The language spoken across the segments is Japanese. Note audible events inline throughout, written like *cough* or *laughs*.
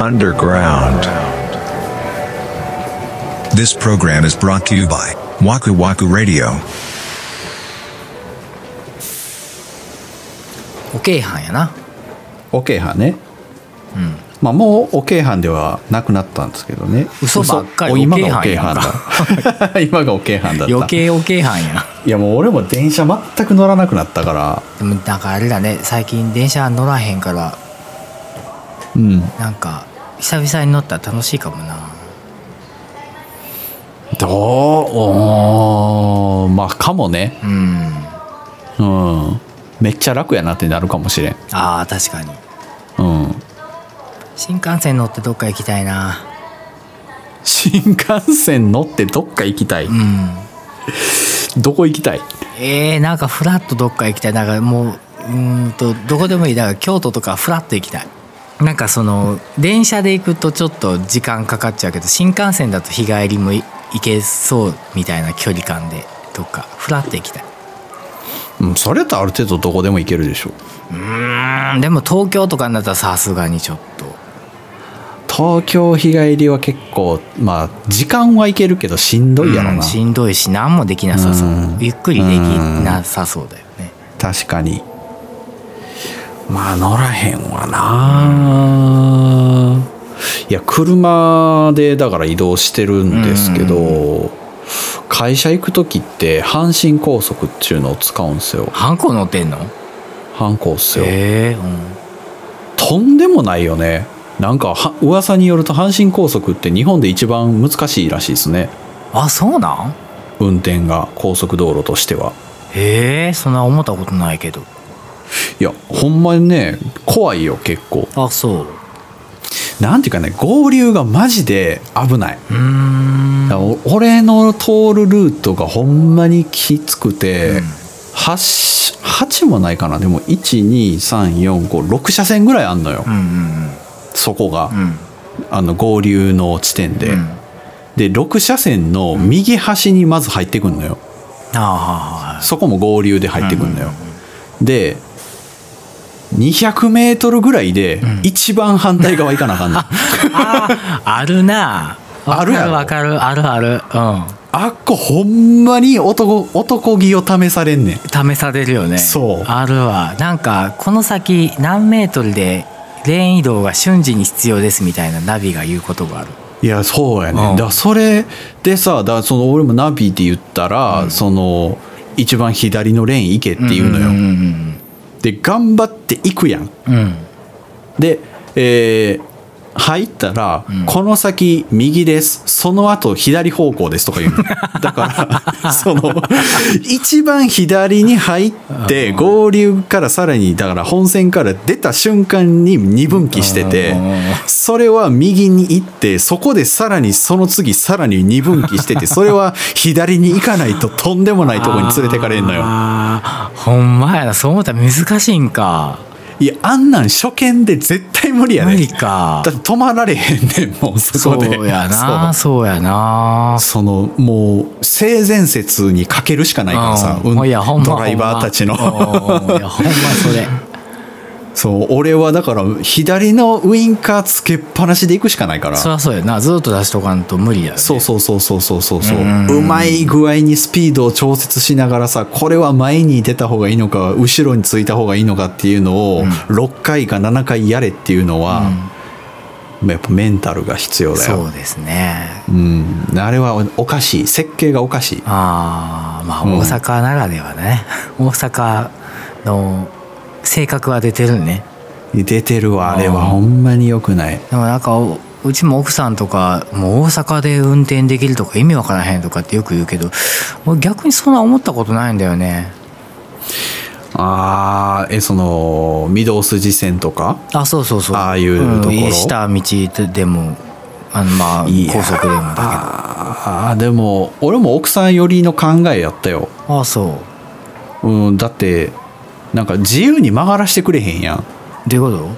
underground. This program is brought to you by Waku Waku Radio. おけいはんやなオケハね、まあもうオケハンではなくなったんですけどね嘘ばっかり嘘お今オケがハオンケやハんかンだ今がオ *laughs* ケハンだった余計おけいはんやいやもう俺も電車全く乗らなくなったからでもなんかあれだね最近電車乗らへんからうんなんか久々に乗ったら楽しいかもなどうおーまあかもねうんうんめっちゃ楽やなってなるかもしれんあー確かにうん新幹線乗ってどっか行きたいな新幹線乗ってどっか行きたい、うんどこ行きたいえー、なんかフラッとどっか行きたいなんかもううーんとどこでもいいだから京都とかフラッと行きたいなんかその電車で行くとちょっと時間かかっちゃうけど新幹線だと日帰りもい行けそうみたいな距離感でどっかフラッと行きたいうんそれとある程度どこでも行けるでしょうーんでも東京とかになったらさすがにちょっと東京日帰りは結構まあ時間は行けるけどしんどいやろな、うんしんどいし何もできなさそううんゆっくりできなさそうだよね確かにまあ乗らへんわないや車でだから移動してるんですけど会社行く時って阪神高速っていうのを使うんですよハンコ乗ってんの阪高っすよええとんでもないよねなんかは噂によると阪神高速って日本で一番難しいらしいですねあそうなん運転が高速道路としてはええそんな思ったことないけどいやほんまにね怖いよ結構あそうなんていうかね合流がマジで危ないうーんだからお俺の通るルートがほんまにきつくて、うん八 8, もないかなでも12345車線ぐらいあんのよ、うんうんそこが、うんあの合流の地点で、うんで6車線の右端にまず入ってくんのよああはいはいそこも合流で入ってくんのよ、で200メートルぐらいで一番反対側行かなあかんの、 *laughs* あああるなあるやろわかるわかるあるあるあっこほんまに男男気を試されんねんうん試されるよねそうあるわなんかこの先何メートルでレーン移動が瞬時に必要ですみたいなナビが言うことがあるいやそうやね、うんだからそれでさだからその俺もナビで言ったら、その一番左のレーン行けって言うのよ、んんで頑張って行くやんうんうんで、えー入ったら、この先右ですその後左方向ですとか言う *laughs* のだからその一番左に入って合流からさらにだから本線から出た瞬間に二分岐しててそれは右に行ってそこでさらにその次さらに二分岐しててそれは左に行かないととんでもないとこに連れてかれんのよ。あーほんまやなそう思ったら難しいんかいやあんなん初見で絶対無理や無ね理かだって止まられへんねんもうそそこでうやなそうやなそうそのもう性善説にかけるしかないからさ、うんうんいやほんまドライバーたちのほんまうんいやほんまそ *laughs* れそう俺はだから左のウインカーつけっぱなしで行くしかないからそそりゃそうやなずっと出しとかんと無理やねうそうそうそうそうそうそううんうまい具合にスピードを調節しながらさこれは前に出た方がいいのか後ろについた方がいいのかっていうのを6回か7回やれっていうのは、やっぱメンタルが必要だよそうですねうん、あれはおかしい設計がおかしいああまあうん大阪ならではね、大阪の性格は出てるね出てるわあーあれはほんまに良くないでもなんかおうちも奥さんとかもう大阪で運転できるとか意味わからへんとかってよく言うけど俺逆にそんな思ったことないんだよねあーえその御堂筋線とかあそうそうそうああいうところん下道でもあのまあいや高速で *laughs* もだあーでも俺も奥さん寄りの考えやったよ、けどあそうん、だってなんか自由に曲がらしてくれへんやんうどういうこ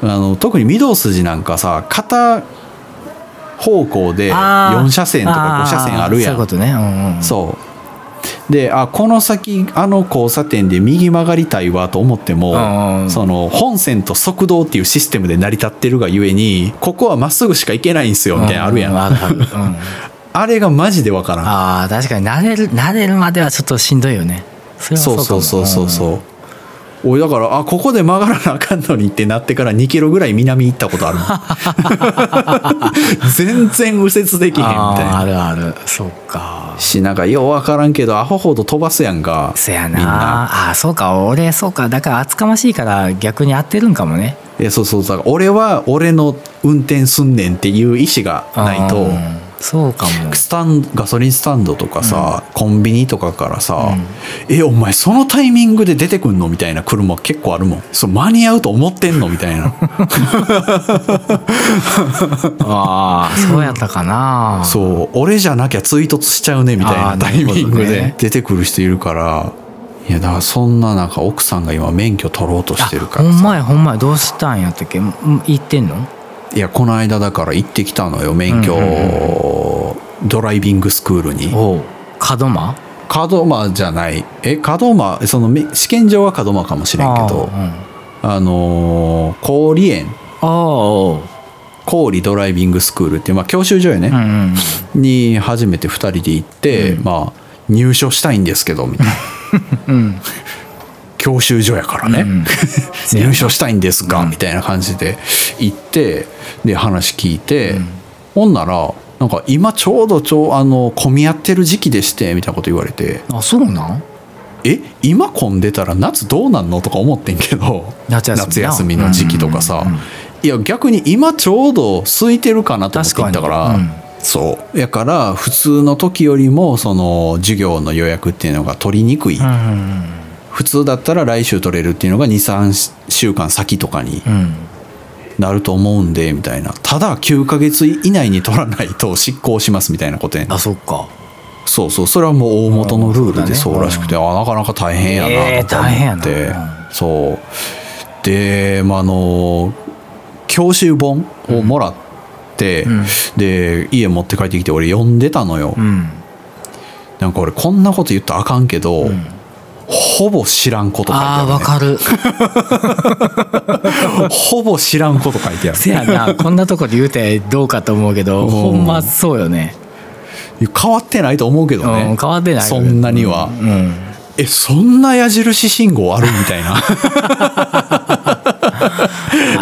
あの特に御堂筋なんかさ片方向でとあー4車線とか5車線あるやそういうんことねうんうんそうであこの先あの交差点で右曲がりたいわと思ってうんうもんその本線と速道っていうシステムで成り立ってるがゆえにここはまっすぐしか行けないんすよみたいなのあるやん、うあるあるうん、あれがマジでわからんあー確かに慣れる慣れるまではちょっとしんどいよねそれはそうかそもうそうそうそう俺だからあここで曲がらなあかんのにってなってから2キロぐらい南行ったことあるも *laughs* ん全然右折できへんみあたいーあなるあるそうかしなんかようわからんけどアホほど飛ばすやんかそやみんななあーそうか俺そうかだから厚かましいから逆に合ってるんかもねいやそうそうだから俺は俺の運転すんねんっていう意思がないとうんそうかもスタンガソリンスタンドとかさ、コンビニとかからさ「えお前そのタイミングで出てくんの?」みたいな車結構あるもんそう間に合うと思ってんのみたいな *laughs* ああそうやったかなそう俺じゃなきゃ追突しちゃうねみたいあなータイミンなるほグどでね出てくる人いるからいやだからそんな中奥さんが今免許取ろうとしてるかほんらさまやほんまやどうしたんやったっけん行ってんのいやこの間だから行ってきたのよ免許、うんうんドライビングスクールにおう門真門間じゃないえ門間そのめ試験場は門間かもしれんけどああのー、氷園あおう氷ドライビングスクールっていう、まあ、教習所やうんうね、んに初めて2人で行って、まあ入所したいんですけどみたいな *laughs* うん教習所やからね、うんせやな *laughs* 入所したいんですが、みたいな感じで行ってで話聞いて、ほんならなんか今ちょうどちょうあの混み合ってる時期でしてみたいなこと言われてあそうなん「え今混んでたら夏どうなんの?」とか思ってんけど夏休みな休みの時期とかさ、いや逆に今ちょうど空いてるかなと思って行ったから確かにうんそうやから普通の時よりもその授業の予約っていうのが取りにくい、うんうん普通だったら来週取れるっていうのが23週間先とかにうんなると思うんでみたいなただ9ヶ月以内に取らないと執行しますみたいなことやねあそっかそうそうそれはもう大元のルールでそうらしくて、あなかなか大変やなとか思っえー大て、変やなそうで、まあ、あの教習本をもらって、んで家持って帰ってきて俺読んでたのよ、うんなんか俺こんなこと言ったらあかんけど、ほぼ知らんこと書いてあああわる、かる *laughs* ね、ほぼ知らんこと書いてあるせやなこんなとこで言うてどうかと思うけどうんほんまそうよね変わってないと思うけどね、うん変わってないそんなには、うんえそんな矢印信号ある *laughs* みたいな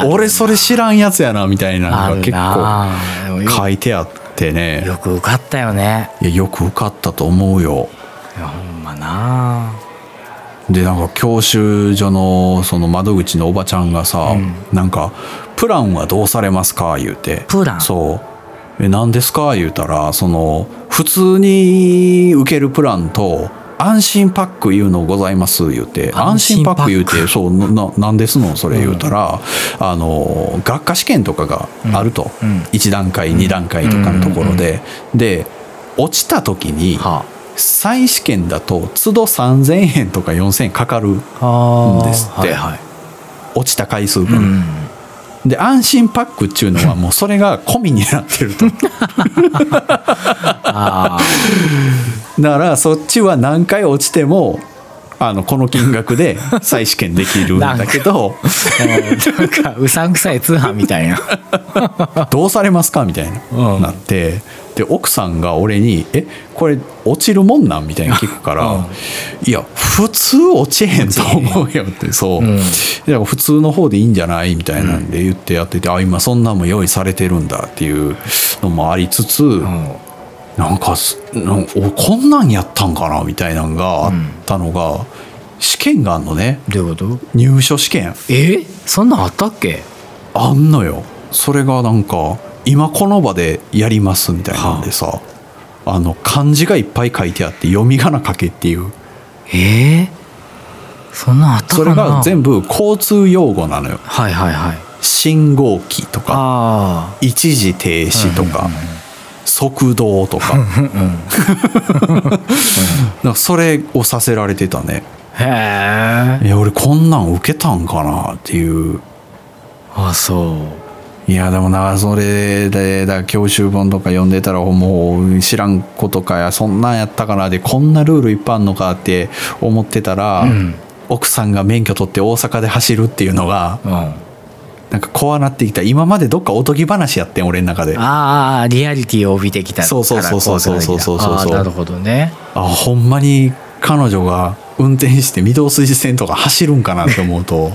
俺それ知らんやつやなみたいなあのがる結構なでもよ書いてあってねよく受かったよねいやよく受かったと思うよいやほんまなでなんか教習所のその窓口のおばちゃんがさ、なんか「プランはどうされますか?」言うてプランそう「え何ですか?」言うたらその普通に受けるプランと「安心パックいうのございます」言うて「安安心心パパッックク言うてそうなななんですのそれ言うたら、あの学科試験とかがあると、うん1段階2段階とかのところで、で落ちた時に、は再試験だと都度3,000円とか4,000円かかるあーですってはいはい落ちた回数う分、んで安心パックっちゅうの *laughs* はもうそれが込みになってるとあだからそっちは何回落ちてもあのこの金額で再試験できるんだけどーなんかうさんくさい通販みたいなどうされますかみたいな、うんなってで奥さんが俺に「えこれ落ちるもんなん?」みたいに聞くから「うんいや普通落ちへんと思うよ」ってそう、んいや普通の方でいいんじゃないみたいなんで言ってやってて「あ今そんなんも用意されてるんだ」っていうのもありつつ、うんなんかすなんおこんなんやったんかなみたいなんがあったのが、試験があんのねどういうこと入所試験えそんなんあったっけあんのよそれがなんか今この場でやりますみたいなんでさ、あの漢字がいっぱい書いてあって読み仮名書けっていうえーそんなんあったそかなれが全部交通用語なのよはいはいはい信号機とかあ一時停止とか、速道とか *laughs* なんかそれをさせられてたねあへえいや俺こんなん受けたんかなっていうあそういやでもなそれでだ教習本とか読んでたらもう知らんことかやそんなんやったかなでこんなルールいっぱいあんのかって思ってたら、ん奥さんが免許取って大阪で走るっていうのがうん、あなんか怖なってきた今までどっかおとぎ話やってん俺の中でああーリアリティを帯びてきたからそうそうそうそうそうそうそうそう怖くなってきたあーなるほどねほんまに彼女が運転して御堂筋線とか走るんかなって思うと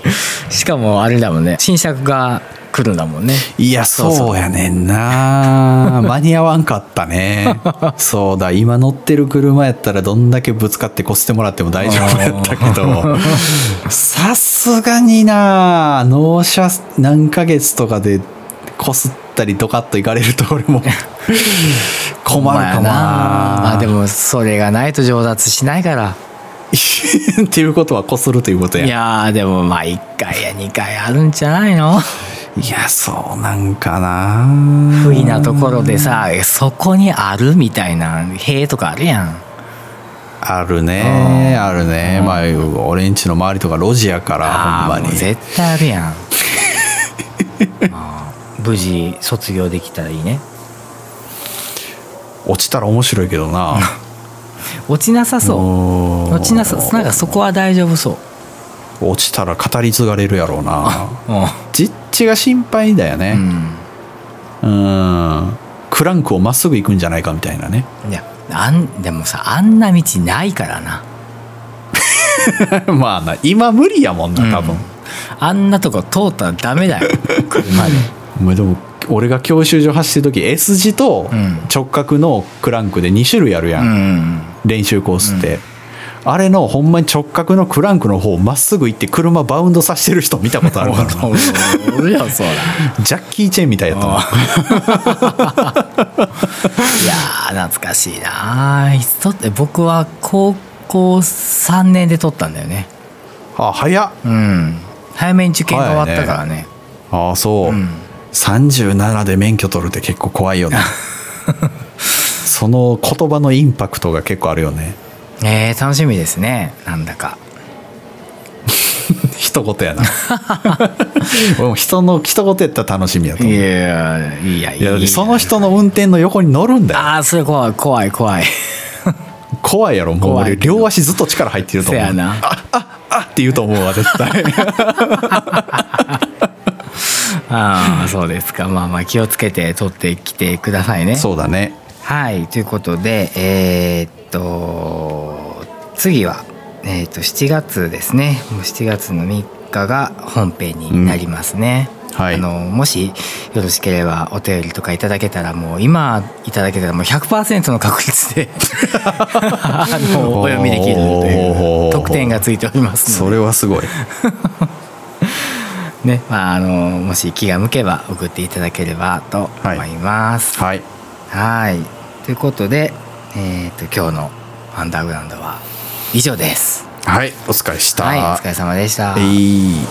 しかもあれだもんね新作が来るんだもんねいやそうやねんな *laughs* 間に合わんかった *laughs* ねそうだ今乗ってる車やったらどんだけぶつかってこすってもらっても大丈夫やったけどさすがにな納車何ヶ月とかでこすったりドカッといかれると俺 *laughs* も困るかもなほんまやまあでもそれがないと上達しないから *laughs* っていうことはこするということやいやーでもまあ1回や2回あるんじゃないのいやそうなんかな不意なところでさそこにあるみたいな塀とかあるやんあるねあるねまあ俺んちの周りとか路地やからあほあんもまうに絶対あるやんあ *laughs* ー無事卒業できたらいいね落ちたら面白いけど *laughs* な落ちなさそうおー落ちなさなんかそこは大丈夫そう落ちたら語り継がれるやろうな *laughs* う実地が心配だよねん、うんクランクをまっすぐ行くんじゃないかみたいなね *laughs* うん、いやあんでもさあんな道ないからなまあな今無理やもんな多分、あんなとこ通ったらダメだ *laughs* よ車でお前でも俺が教習所走ってる時 S 字とうん直角のクランクで2種類あるや、うんん練習コースって、あれのほんまに直角のクランクの方まっすぐ行って車バウンドさせてる人見たこと *laughs* あるからなおるよそうだジャッキー・チェンみたいやったもんいやー懐かしいなーとって僕は高校3年で取ったんだよねあ早っうん早めに受験が終わったからねああそう、ん37で免許取るって結構怖い *laughs* よねその言葉のインパクトが結構あるよねえー楽しみですねなんだか一言やな *laughs* 俺も人の一言やったら楽しみやとい思うやいやいいやだってそやの人の運転の横に乗るんだよああそれ怖い怖い怖い怖いやろもう怖い俺両足ずっと力入ってるとせ思うやなあああって言うと思うわ絶対ああそうですかまあまあ気をつけて取ってきてくださいねそうだねはいということでえーっと次は、えーっと7月ですねもう7月の3日が本編になりますね、うんはいあのもしよろしければお便りとかいただけたらもう今いただけたらもう100%の確率であのお読みできるとおいーう特典がついておりますそのでれはすごいねまあ、あのもし気が向けば送っていただければと思います。はいはいということで、えー、と今日の「アンダーグラウンド」は以上です。はいお疲れしたはい、お疲れ様でした。えい